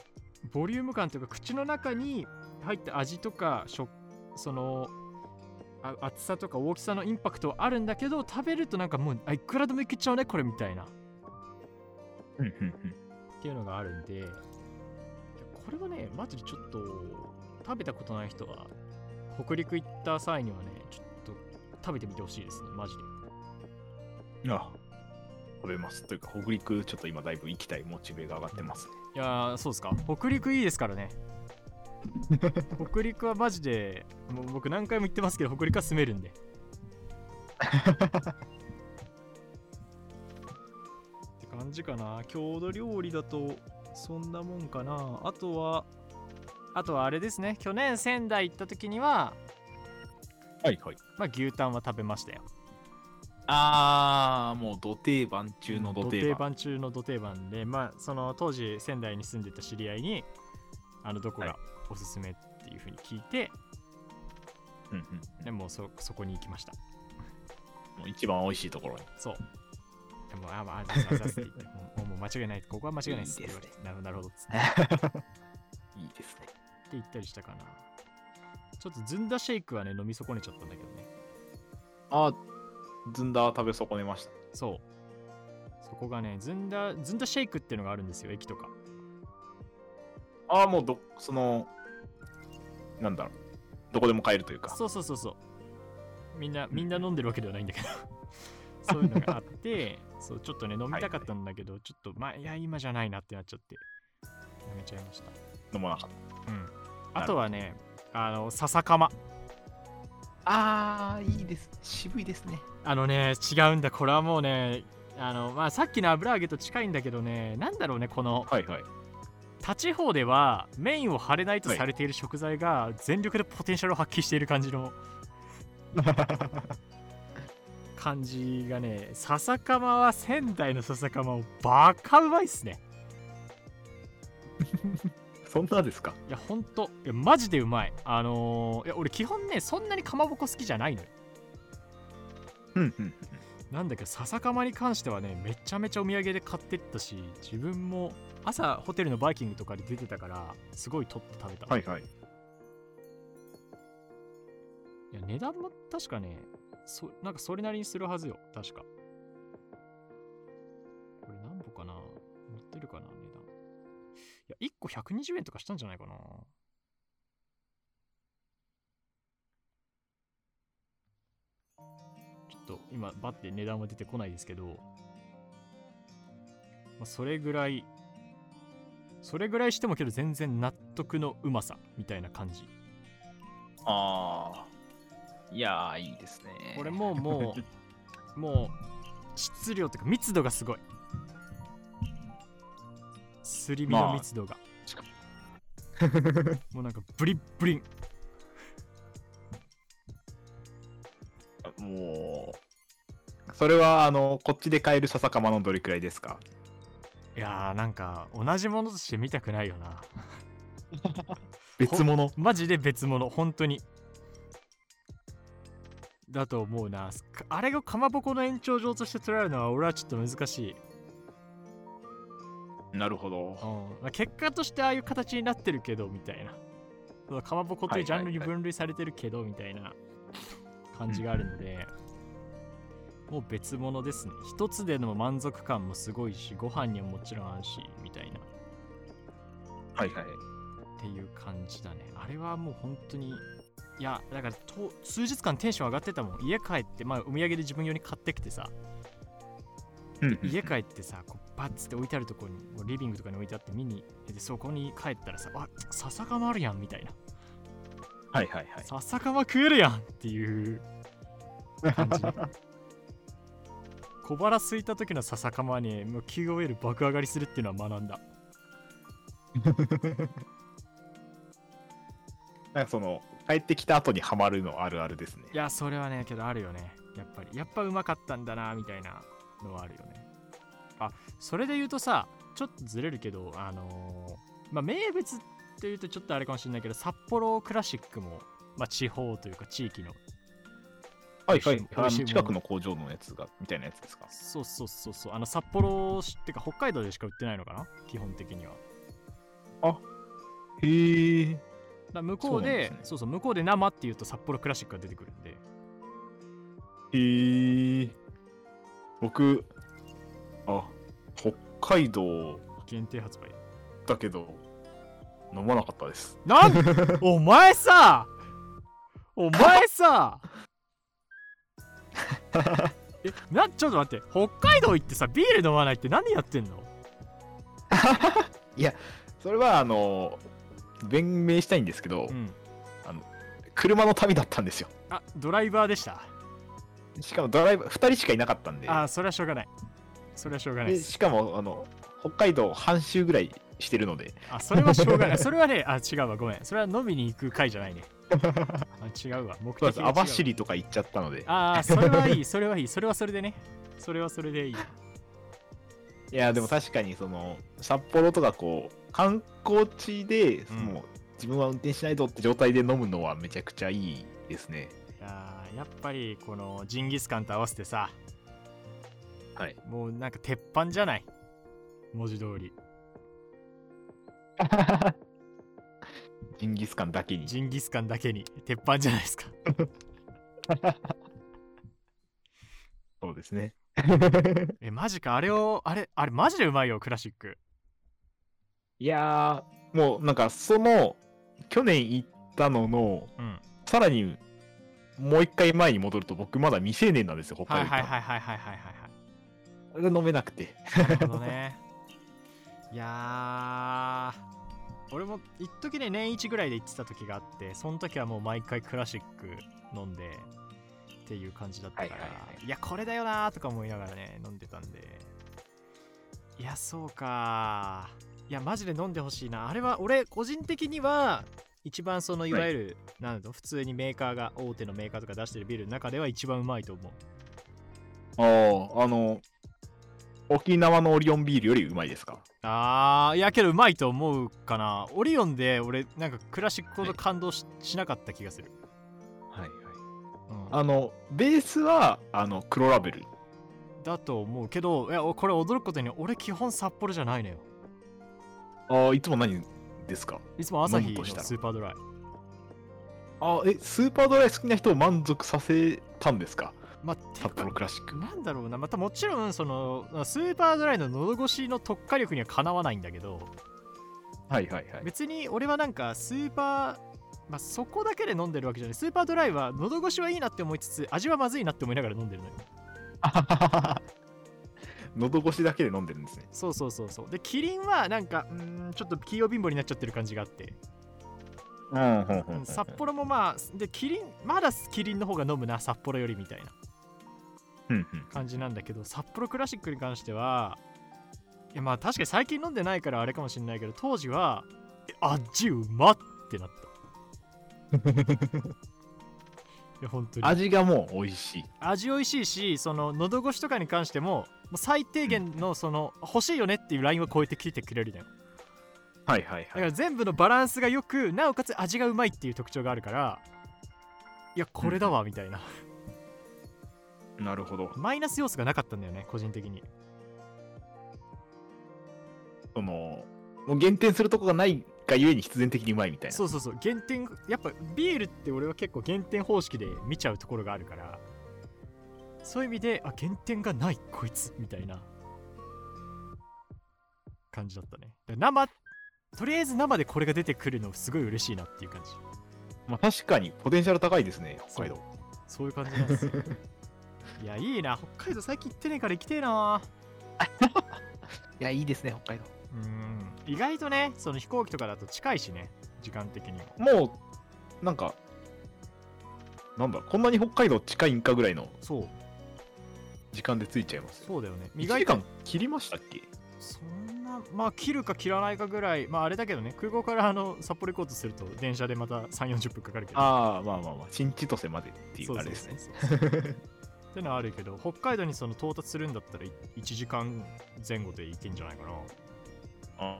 ボリューム感というか口の中に入った味とか食そのあ厚さとか大きさのインパクトはあるんだけど食べるとなんかもうあいくらでもいけちゃうねこれみたいなっ
うんうんうん
ていうのがあるんでいやこれはねマジでちょっと食べたことない人は北陸行った際にはねちょっと食べてみてほしいですねマジで
いや、食べます。というか、北陸、ちょっと今だいぶ行きたいモチベが上がってますね。
いやーそうですか北陸いいですからね北陸はマジでもう僕何回も言ってますけど北陸は住めるんでって感じかな郷土料理だとそんなもんかなあとはあとはあれですね去年仙台行った時には、
はいはい。
まあ、牛タンは食べましたよ
あー、もう土定番中の土定番。
中の土定番で、まあ、その当時仙台に住んでた知り合いにあのどこ
は
が
い
おすすめっていうふうに聞いて、
うんうん
でもうそそこに行きました
うんもう一番美味しいところに。
そうでもあまああざすあざすって言ってもうもうもう間違いないここは間違いないですって言われてなるほどなるほどっつって
いいですね。
って言ったりしたかなちょっとずんだシェイクはね飲み損ねちゃったんだけどね
あー、ずんだ食べ損ねました。
そうそこがねずんだずんだシェイクっていうのがあるんですよ駅とか
ああ、もうど、その、なんだろう、どこでも買えるというか。
そうそうそうそうみんなみんな飲んでるわけではないんだけどそういうのがあってそうちょっとね飲みたかったんだけど、ちょっとまあいや今じゃないなってなっちゃってやめちゃいました
飲まなかっ
うんあとはねあの笹かま
た。ああ、いいです。渋いですね。
あのね違うんだこれはもうねあのまあさっきの油揚げと近いんだけどねなんだろうねこの
はいはい。
他地方ではメインを張れないと
はい
されている食材が全力でポテンシャルを発揮している感 じの感じがね笹かまは仙台の笹かまをバカうまいっすね
そんなですか
いやほんといやマジでうまいあのーいや俺基本ねそんなにかまぼこ好きじゃないのよ
うんうん。
なんだけど笹かまに関してはねめちゃめちゃお土産で買ってったし自分も朝ホテルのバイキングとかで出てたからすごい取って食べた、
はいはい。
いや値段も確かねそなんかそれなりにするはずよ確かこれ何歩かな持ってるかな値段いや1個120円とかしたんじゃないかなちょっと今バッて値段は出てこないですけど、まあ、それぐらいそれぐらいしてもけど全然納得のうまさみたいな感じ
ああ。いやー、いいですね。
これもうもうもう質量というか密度がすごいすり身の密度が、
しか
もうなんかブリッブリン
もう、それは、あの、こっちで買える笹かまのどれくらいですか
いやーなんか同じものとして見たくないよな
別物。
マジで別物本当にだと思うなあれがかまぼこの延長上として捉えるのは俺はちょっと難しい、
なるほど
うん。まあ結果としてああいう形になってるけどみたいなそのかまぼこというジャンルに分類されてるけどみたいな感じがあるので、もう別物ですね一つでの満足感もすごいしご飯にももちろんあるしみたいな
はいはい。
っていう感じだねあれはもう本当にいやだからと数日間テンション上がってたもん家帰ってまあお土産で自分用に買ってきてさ
うん
家帰ってさこうバッつって置いてあるところにもうリビングとかに置いてあって見にでそこに帰ったらさあ笹かまあるやんみたいな
はいはいはい。
笹かま食えるやんっていう感じ小腹空いた時の笹かまにもう QOL 爆上がりするっていうのは学んだ
なんかその、帰ってきた後にはまるのあるあるですね
い。やそれはねけどあるよねやっぱりやっぱうまかったんだなみたいなのはあるよねあそれで言うとさちょっとずれるけどあのーまあ名物っていうとちょっとあれかもしれないけど札幌クラシックもまあ地方というか地域の
はいはい。
美
あ
味
の
しいもの
近くの工場のやつが、みたいなやつですか
そうそうそうそうあの札幌市ってか北海道でしか売ってないのかな基本的には
へえ。
ら向こう
そう
で
なんですね
そうそう向こうで生って言うと札幌クラシックが出てく るんで
へえ僕、あ、北海道
限定発売
だけど、飲まなかったです。
なんお前さお 前さえなちょっと待って北海道行ってさビール飲まないって何やってんの
それは、あの、弁明したいんですけど、
うん
車の旅だったんですよ。
あドライバーでした
しかもドライバー、2人しかいなかったんで、
あーそれはしょうがないそれはしょうがないで
ですしかも、あの、北海道半周ぐらいしてるので、
あそれはしょうがないそれはねあ違うわごめんそれは飲みに行く会じゃないねあ違うわ目的
そう
が
なん
違
です網
うわ
走とか行っちゃったので、
ああそれはいいそれはいいそれはそれでねそれはそれでいい
いやでも確かにその札幌とかこう観光地で、
うん
もう自分は運転しないぞって状態で飲むのはめちゃくちゃいいですね
いやーやっぱりこのジンギスカンと合わせてさ
はい
もうなんか鉄板じゃない文字通り
ジンギスカンだけに
ジンギスカンだけに鉄板じゃないですか
そうですね
えマジかあれをあれあれマジでうまいよクラシック
いやーもうなんかその去年行ったのの
うん
さらにもう一回前に戻ると僕まだ未成年なんですよ北
はい
海道
はい
行っ
はいはいはいはいはい
たので飲めなくて
なるほどね。いやー、俺も一時ね、年一ぐらいで行ってた時があって、その時はもう毎回クラシック飲んでっていう感じだったから、
はいいはいはい
や、これだよなーとか思いながらね、飲んでたんで。いや、そうかー。いや、マジで飲んでほしいな。あれは、俺、個人的には、一番そのいわゆる、なんだろう普通にメーカーが大手のメーカーとか出してるビールの中では一番うまいと思う
あああの沖縄のオリオンビールよりうまいですか
あーいやけどうまいと思うかなオリオンで俺なんかクラシックほど感動し,、なかった気がする、
はいはい
うん
あのベースはあの黒ラベル
だと思うけどいやおこれ驚くことに俺基本札幌じゃないのよ
ああ、いつも何ですか
いつも朝
飲
日
む
の
としたら
スーパードライ
あーえ、スーパードライ好きな人を満足させたんですか
まあてか
札幌クラシック。
なんだろうなまたもちろんそのスーパードライの喉越しの特化力にはかなわないんだけど
はいはいはい。
別に俺はなんかスーパーまあそこだけで飲んでるわけじゃないスーパードライは喉越しはいいなって思いつつ味はまずいなって思いながら飲んでるのよ
喉越しだけで飲んでるんですね。
そうそうそうそうでキリンはなんかうーんちょっと器用貧乏になっちゃってる感じがあって、
うん、うん
うん札幌もまあでキリンまだキリンの方が飲むな札幌よりみたいな
うん
感じなんだけど札幌クラシックに関してはいやまあ確かに最近飲んでないからあれかもしれないけど当時はえあっちうまってなった いや本当に
味がもう美味しい。
味美味しいしその喉越しとかに関してももう最低限のその欲しいよねっていうラインを超えてきてくれるのよ
はいはい
だか
はい。
ら全部のバランスがよくなおかつ味がうまいっていう特徴があるからいやこれだわみたいな、
なるほど。
マイナス要素がなかったんだよね個人的に
その、もう減点するとこがないがゆえに必然的にうまいみたいな。
そうそうそう減点やっぱビールって俺は結構減点方式で見ちゃうところがあるからそういう意味であ減点がないこいつみたいな感じだったねだから生とりあえず生でこれが出てくるのすごい嬉しいなっていう感じ
まあ、確かにポテンシャル高いですね、北海道。
そういう感じなんですよいやいいな北海道最近行ってねえから行きてえない
や、いいですね、北海道。
うん意外とねその飛行機とかだと近いしね時間的にも
もう、なんか、なんだ、こんなに北海道近いんかぐらいの
そう
時間でついちゃいますよ。
そうだよね
1時
と
間切りましたっけ
そんなまあ切るか切らないかぐらいまああれだけどね空港からあの札幌行こうとすると電車でまた3 4 0分かかるけど
ああ、まあまあまあ、新千歳までっていうあれですね。
そうそうそうそう ってのはあるけど北海道にその到達するんだったらい1時間前後で行けんじゃないかな
あ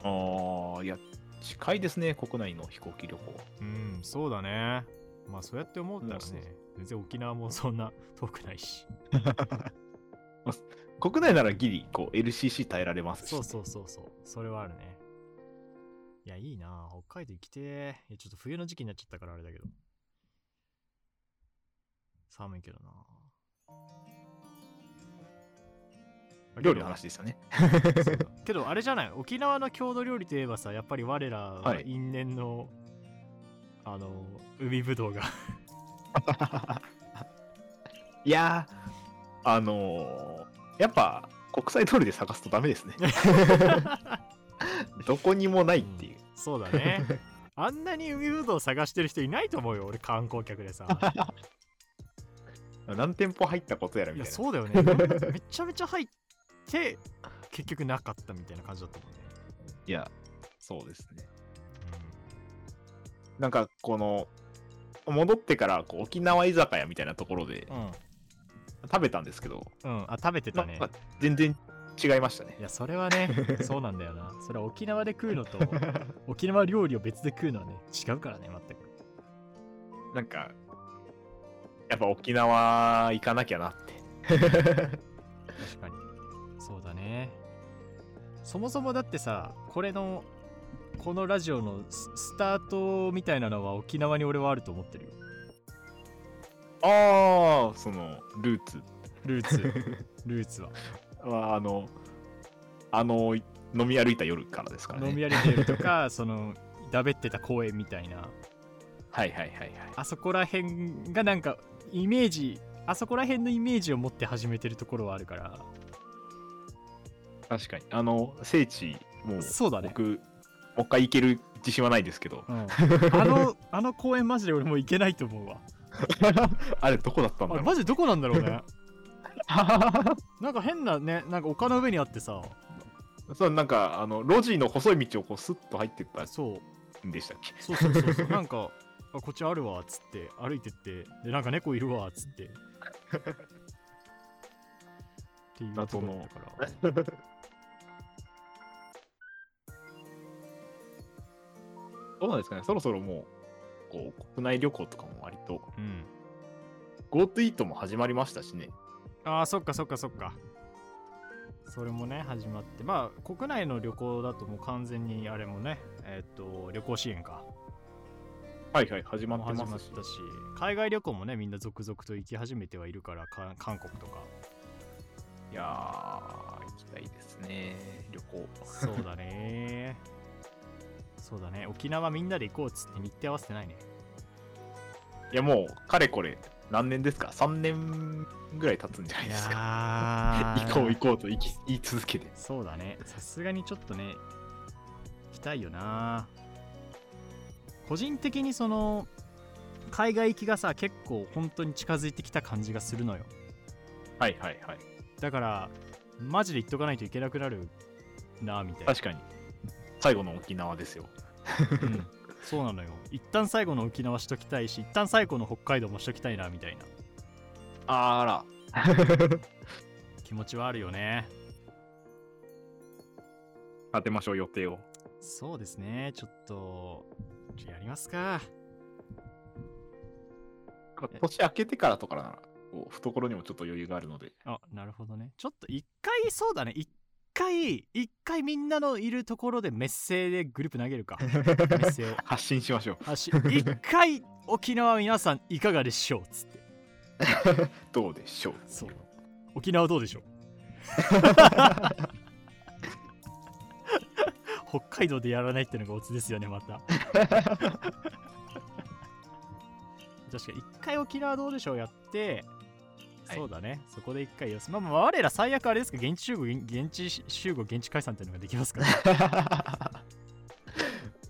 あ、いや、近いですね、国内の飛行機旅行は。
うんそうだねまあそうやって思った
う
らね、
んそうそ
全然沖縄もそんな遠くないし
国内ならギリ、こう、LCC 耐えられますし
そうそうそうそうそれはあるねいや、いいなあ北海道行きてえ。いや、ちょっと冬の時期になっちゃったからあれだけど。寒いけどなあ
料理の話でしたね。
そうだけどあれじゃない沖縄の郷土料理といえばさやっぱり我らは
はい
因縁の、あの海 ぶどうが
いやー、あのーやっぱ国際通りで探すとダメ ですね。どこにもないっていう。
そうだねあんなに海ぶどう探してる人いないと思うよ俺観光客でさ
何店舗入ったことやら
い
み
や
たいな。
そうだよねめちゃめちゃ入って結局なかったみたいな感じだったもんね、
いや、そうですね。なんかこの、戻ってからこう沖縄居酒屋みたいなところで
うん
食べたんですけど、
うん、あ食べてたね
なんか全然違いましたね
い。やそれは ねそうなんだよなそれは沖縄で食うのと沖縄料理を別で食うのはね違うからね全く
なんか、やっぱ沖縄行かなきゃなって。
確かにそうだねそもそもだってさこれのこのラジオのススタートみたいなのは沖縄に俺はあると思ってるよ
ああ、その、ルーツ
ルー ツルーツは
は、あの、あの、飲み歩いた夜からですからね。
飲み歩いてるとかそのだべってた公園みたいな
はいはいはいはい。
あそこら辺がなんかイメージあそこら辺のイメージを持って始めてるところはあるから
確かに。あの、聖地、もう、
そうだね、
僕、もう一回行ける自信はないですけど
あの、あの公園マジで俺もう行けないと思うわ。
あれ、どこだったんだ
あれ
ろう
マジでどこなんだろうね。。 なんか変なね、なんか丘の上にあってさ、
そうなんかあの路地の細い道をこうスッと入ってった
そう、
んでしたっけ
そうそうそう そう、なんか、あこっちあるわ、つって、歩いてって、で、なんか猫いるわ、つ って。っていうとこだったから。
どうなんですかねそろそろもうこう国内旅行とかも割と
うん。
GoTo イートも始まりましたしね
ああ、そっかそっかそっか。それもね、始まって、まあ、国内の旅行だともう完全にあれもね、えっ、と、旅行支援か。
はいはい始ま
も
って
始
ま
まっ
すした
し海外旅行もねみんな続々と行き始めてはいるからか韓国とか
いやー行きたいですね旅行
そうだね そうだね沖縄みんなで行こうっつって日程合わせてないね
いやもうかれこれ何年ですか3年ぐらい経つんじゃないですか 行こう行こうと言い言い続けて
そうだねさすがにちょっとね行きたいよな個人的にその海外行きがさ結構本当に近づいてきた感じがするのよ
はいはいはい
だからマジで行っとかないといけなくなるなみたいな
確かに最後の沖縄ですよ
うんそうなのよ一旦最後の沖縄しときたいし一旦最後の北海道もしときたいなみたいな
あら
気持ちはあるよね
立てましょう予定を
そうですねちょっとちょやりますか
年明けてからとかならこう懐にもちょっと余裕があるので
あなるほどねちょっと一回そうだね一回一回みんなのいるところでメッセでグループ投げるかメッセを
発信しましょう
あし一回沖縄皆さんいかがでしょうつって
どうで しょう
そう沖縄どうでし ょう北海道でやらないってのがオツですよねま た確かに一回沖縄どうでしょうやって、
はい
そうだねそこで一回よすまあまあ我ら最悪あれですか現地集合現現地集合現地解散っていうのができますから、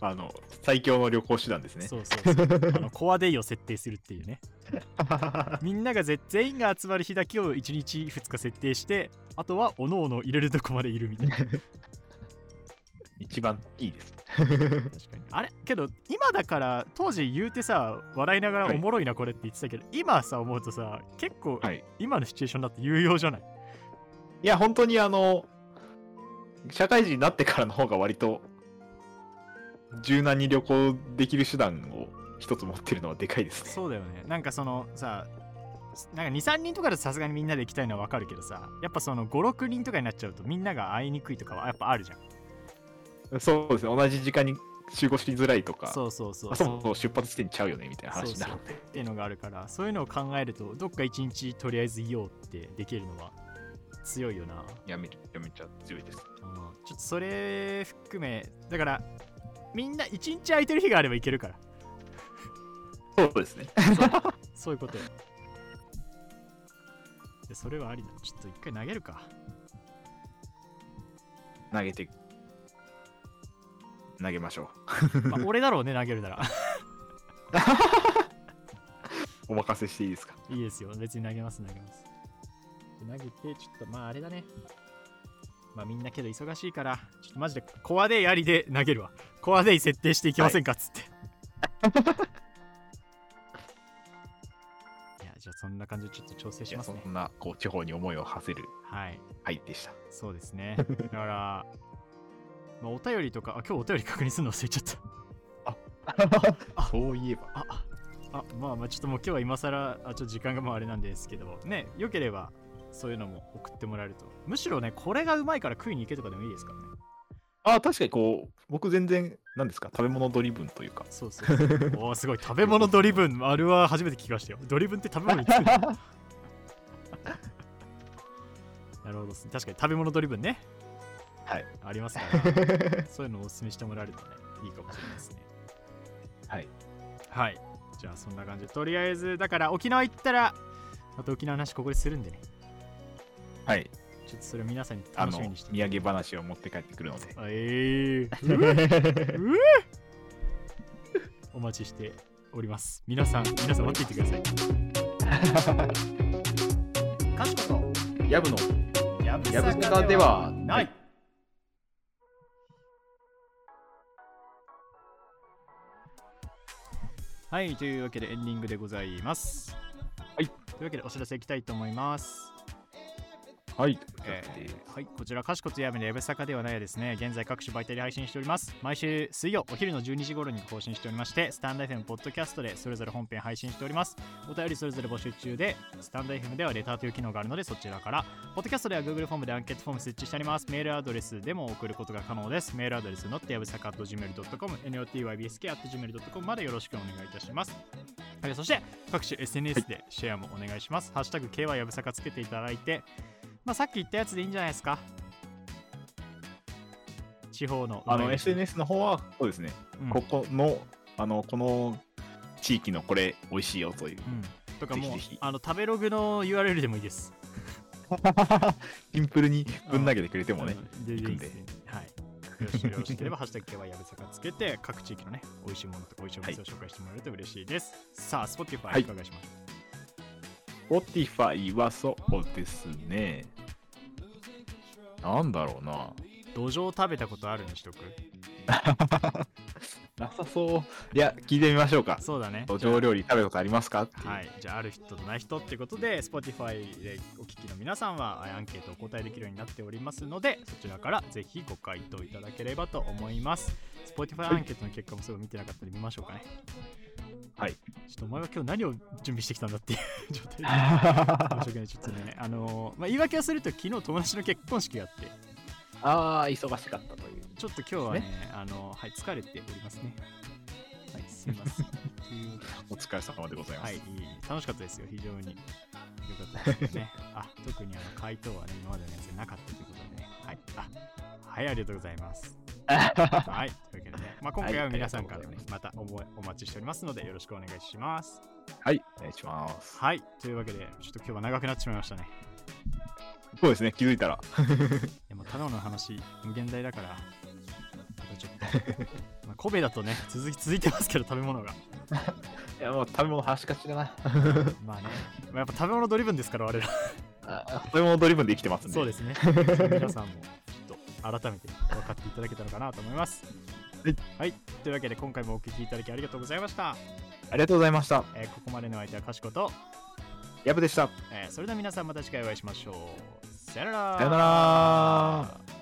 あの最強の旅行手段ですね
そうそうそうあのコアデイを設定するっていうねみんながぜ全員が集まる日だけを1日2日設定してあとはおのおの入れるとこまでいるみたいな
一番いいです
確かにあれけど今だから当時言うてさ笑いながら
はい
おもろいなこれって言ってたけど、今さ思うとさ結構
はい
今のシチュエーションだって有用じゃない
いや本当にあの社会人になってからの方が割と柔軟に旅行できる手段を一つ持ってるのはでかいですね
そうだよねなんかそのさなんか23人とかだとさすがにみんなで行きたいのはわかるけどさやっぱその56人とかになっちゃうとみんなが会いにくいとかはやっぱあるじゃん
そうですね同じ時間に集合しづらいとか、
そうそうそう
あそもそも出発地点ちゃうよねみたいな話になる
そうそうっていうのがあるからそういうのを考えるとどっか一日とりあえずいようってできるのは強いよな、
やめる、やめちゃ強いです。
うんちょっとそれ含めだからみんな一日空いてる日があればいけるから
そうですね。
そういうことよでそれはありだちょっと一回投げる か
投げて、投げましょ
まあ俺だろうね投げるなら
う。お任せしていいですか。
いいですよ別に投げます投げますで投げてちょっとまああれだねまあみんなけど忙しいからちょっとマジでコアデイありで投げるわコアデイ設定していきませんかっ つって、い、やじゃあそんな感じでちょっと調整
い
し
や
ますね
そんなこう地方に思いを馳せる
はい
はいで した。
そうですねだから、まあ、お便りとかあ今日お便り確認するの忘れちゃった
そういえば。
あああまあまあちょっともう今日は今更あちょっと時間がもうあれなんですけどねよければそういうのも送ってもらえるとむしろねこれがうまいから食いに行けとかでもいいですからね
あ、確かにこう、僕全然、何ですか、食べ物ドリブンというか。
そうそう おーすごい食べ物ドリブンあれは初めて聞きましたよドリブンって食べ物につ くのなるほどっすね確かに食べ物ドリブンね
はい
あります からそういうのをおすすめしてもらえるとねいいかもしれないですね
はい。
はい。じゃあそんな感じで、とりあえず、だから沖縄行ったら、また沖縄の話ここでするんでね。
はい。
ちょっとそれを皆さんに
あ
楽
の、
しみにしてて。
土産話を持って帰ってくるので。
あえー、
は
うえお待ちしております。皆さん、皆さん待っていてください。 かしこ
やぶの
と、やぶ。
やぶさかではない
はい、というわけでエンディングでございます。
はい
というわけでお知らせいきたいと思います。
はい。
えーはい、こちら、かしこつやめのやぶさかではないやですね、現在各種媒体で配信しております。毎週水曜お昼の12時頃に更新しておりまして、スタンド FM ポッドキャストでそれぞれ本編配信しております。お便りそれぞれ募集中で、スタンド FM ではレターという機能があるので、そちらから、ポッドキャストでは Google フォームでアンケートフォーム設置してあります。メールアドレスでも送ることが可能です。メールアドレスのってやぶさか .gmail.com、notybsk.gmail.com までよろしくお願いいたします。はいそして、各種 SNS でシェアもお願いします。ハッシュタグ KY やぶさかつけていただいて、まあ、さっき言ったやつでいいんじゃないですか地方の
あの、SNS の方は、そうですね、
うん
ここの、あの、この地域のこれ、美味しいよという。
うんとかもう
ぜひぜひ
あの食べログの URL でもいいです。
シンプルにぶん投げてくれてもね。
うん全然いいです
行
ね。はい。よろしよろしければ、ハッシュタグ KY やぶさかつけ て、各地域のね、美味しいものとか美味しいお店を紹介してもらえると嬉しいです。さあ、
は
Spotify
い
いかがします
Spotify はそうですね。なんだろうな。
土壌食べたことあるにしとく
なさそう。いや、聞いてみましょうか。
そうだね。
土壌料理食べたことありますかって いう
はい、じゃあある人とない人ってことで Spotify でお聞きの皆さんはあアンケートをお答えできるようになっておりますのでそちらからぜひご回答いただければと思います Spotify アンケートの結果もすごい見てなかったので見ましょうかね
はい
ちょっとお前は今日何を準備してきたんだっていう 状 態で申し訳ないちょっとねあのーまあ、言い訳をすると昨日友達の結婚式があって
ああ、忙しかったという。
ちょっと今日はねあのーはい疲れておりますねはいすみ ませんという
お疲れ様でございま
はい、
す。
いい楽しかったですよ、非常に。よかったで すね。あ、特にあの回答はね、今までのやつでなかったということでね。はい、あ、はい、ありがとうございます。 はい、というわけでね、まあ、今回は皆さんから
あ
ね
りがとうござい、
またおもお待ちしておりますので、よろしくお願いします。
はい、お願いします。
はい、というわけで、ちょっと今日は長くなってしまいましたね。
そうですね、気づいたら。
いや、もう、太郎の話、無限大だから、またちょっ と、まあ、神戸だとね、続き続いてますけど、食べ物が。
いや、もう食べ物話しかちだな。
まあね、まあ、やっぱ食べ物ドリブンですから、我々
あ食べ物ドリブンで生きてますんで。
そうです ね。それ皆さんもちょっと改めて分かっていただけたのかなと思います。
はい、
というわけで今回もお聞きいただきありがとうございました。
ありがとうございました。
えーここまでのお相手はかしこと、
やぶでした。
えーそれでは皆さんまた次回お会いしましょう。さよなら。
さよなら。